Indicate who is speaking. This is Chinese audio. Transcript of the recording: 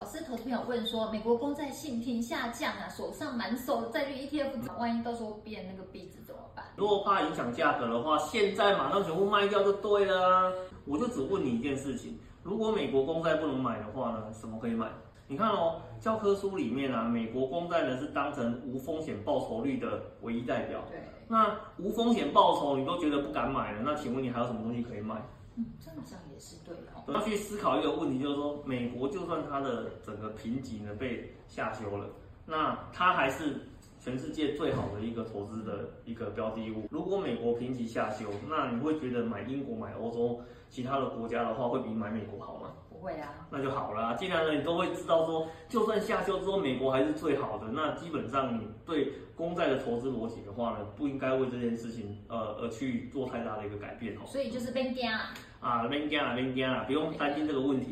Speaker 1: 投资朋友问说，美国公债信评下降啊，手上满手的 E 债券 ETF，万一到时候变那个币值怎么办？
Speaker 2: 如果怕影响价格的话，现在马上全部卖掉就对了啊！我就只问你一件事情：如果美国公债不能买的话呢，什么可以买？你看哦，教科书里面啊，美国公债呢是当成无风险报酬率的唯一代表。
Speaker 1: 对，
Speaker 2: 那无风险报酬你都觉得不敢买了，那请问你还有什么东西可以买？
Speaker 1: 嗯，这好像也是对哦。
Speaker 2: 要去思考一个问题，就是说，美国就算它的整个评级呢被下修了，那它还是全世界最好的一个投资的一个标的物。如果美国评级下修，那你会觉得买英国、买欧洲其他的国家的话，会比买美国好吗？
Speaker 1: 不会啊，
Speaker 2: 那就好啦。既然呢，你都会知道说，就算下修之后，美国还是最好的。那基本上你对公债的投资逻辑的话呢，不应该为这件事情呃而去做太大的一个改变哦。
Speaker 1: 所以就是被加。
Speaker 2: 啊，扔家啊，扔家啊，不用担心这个问题。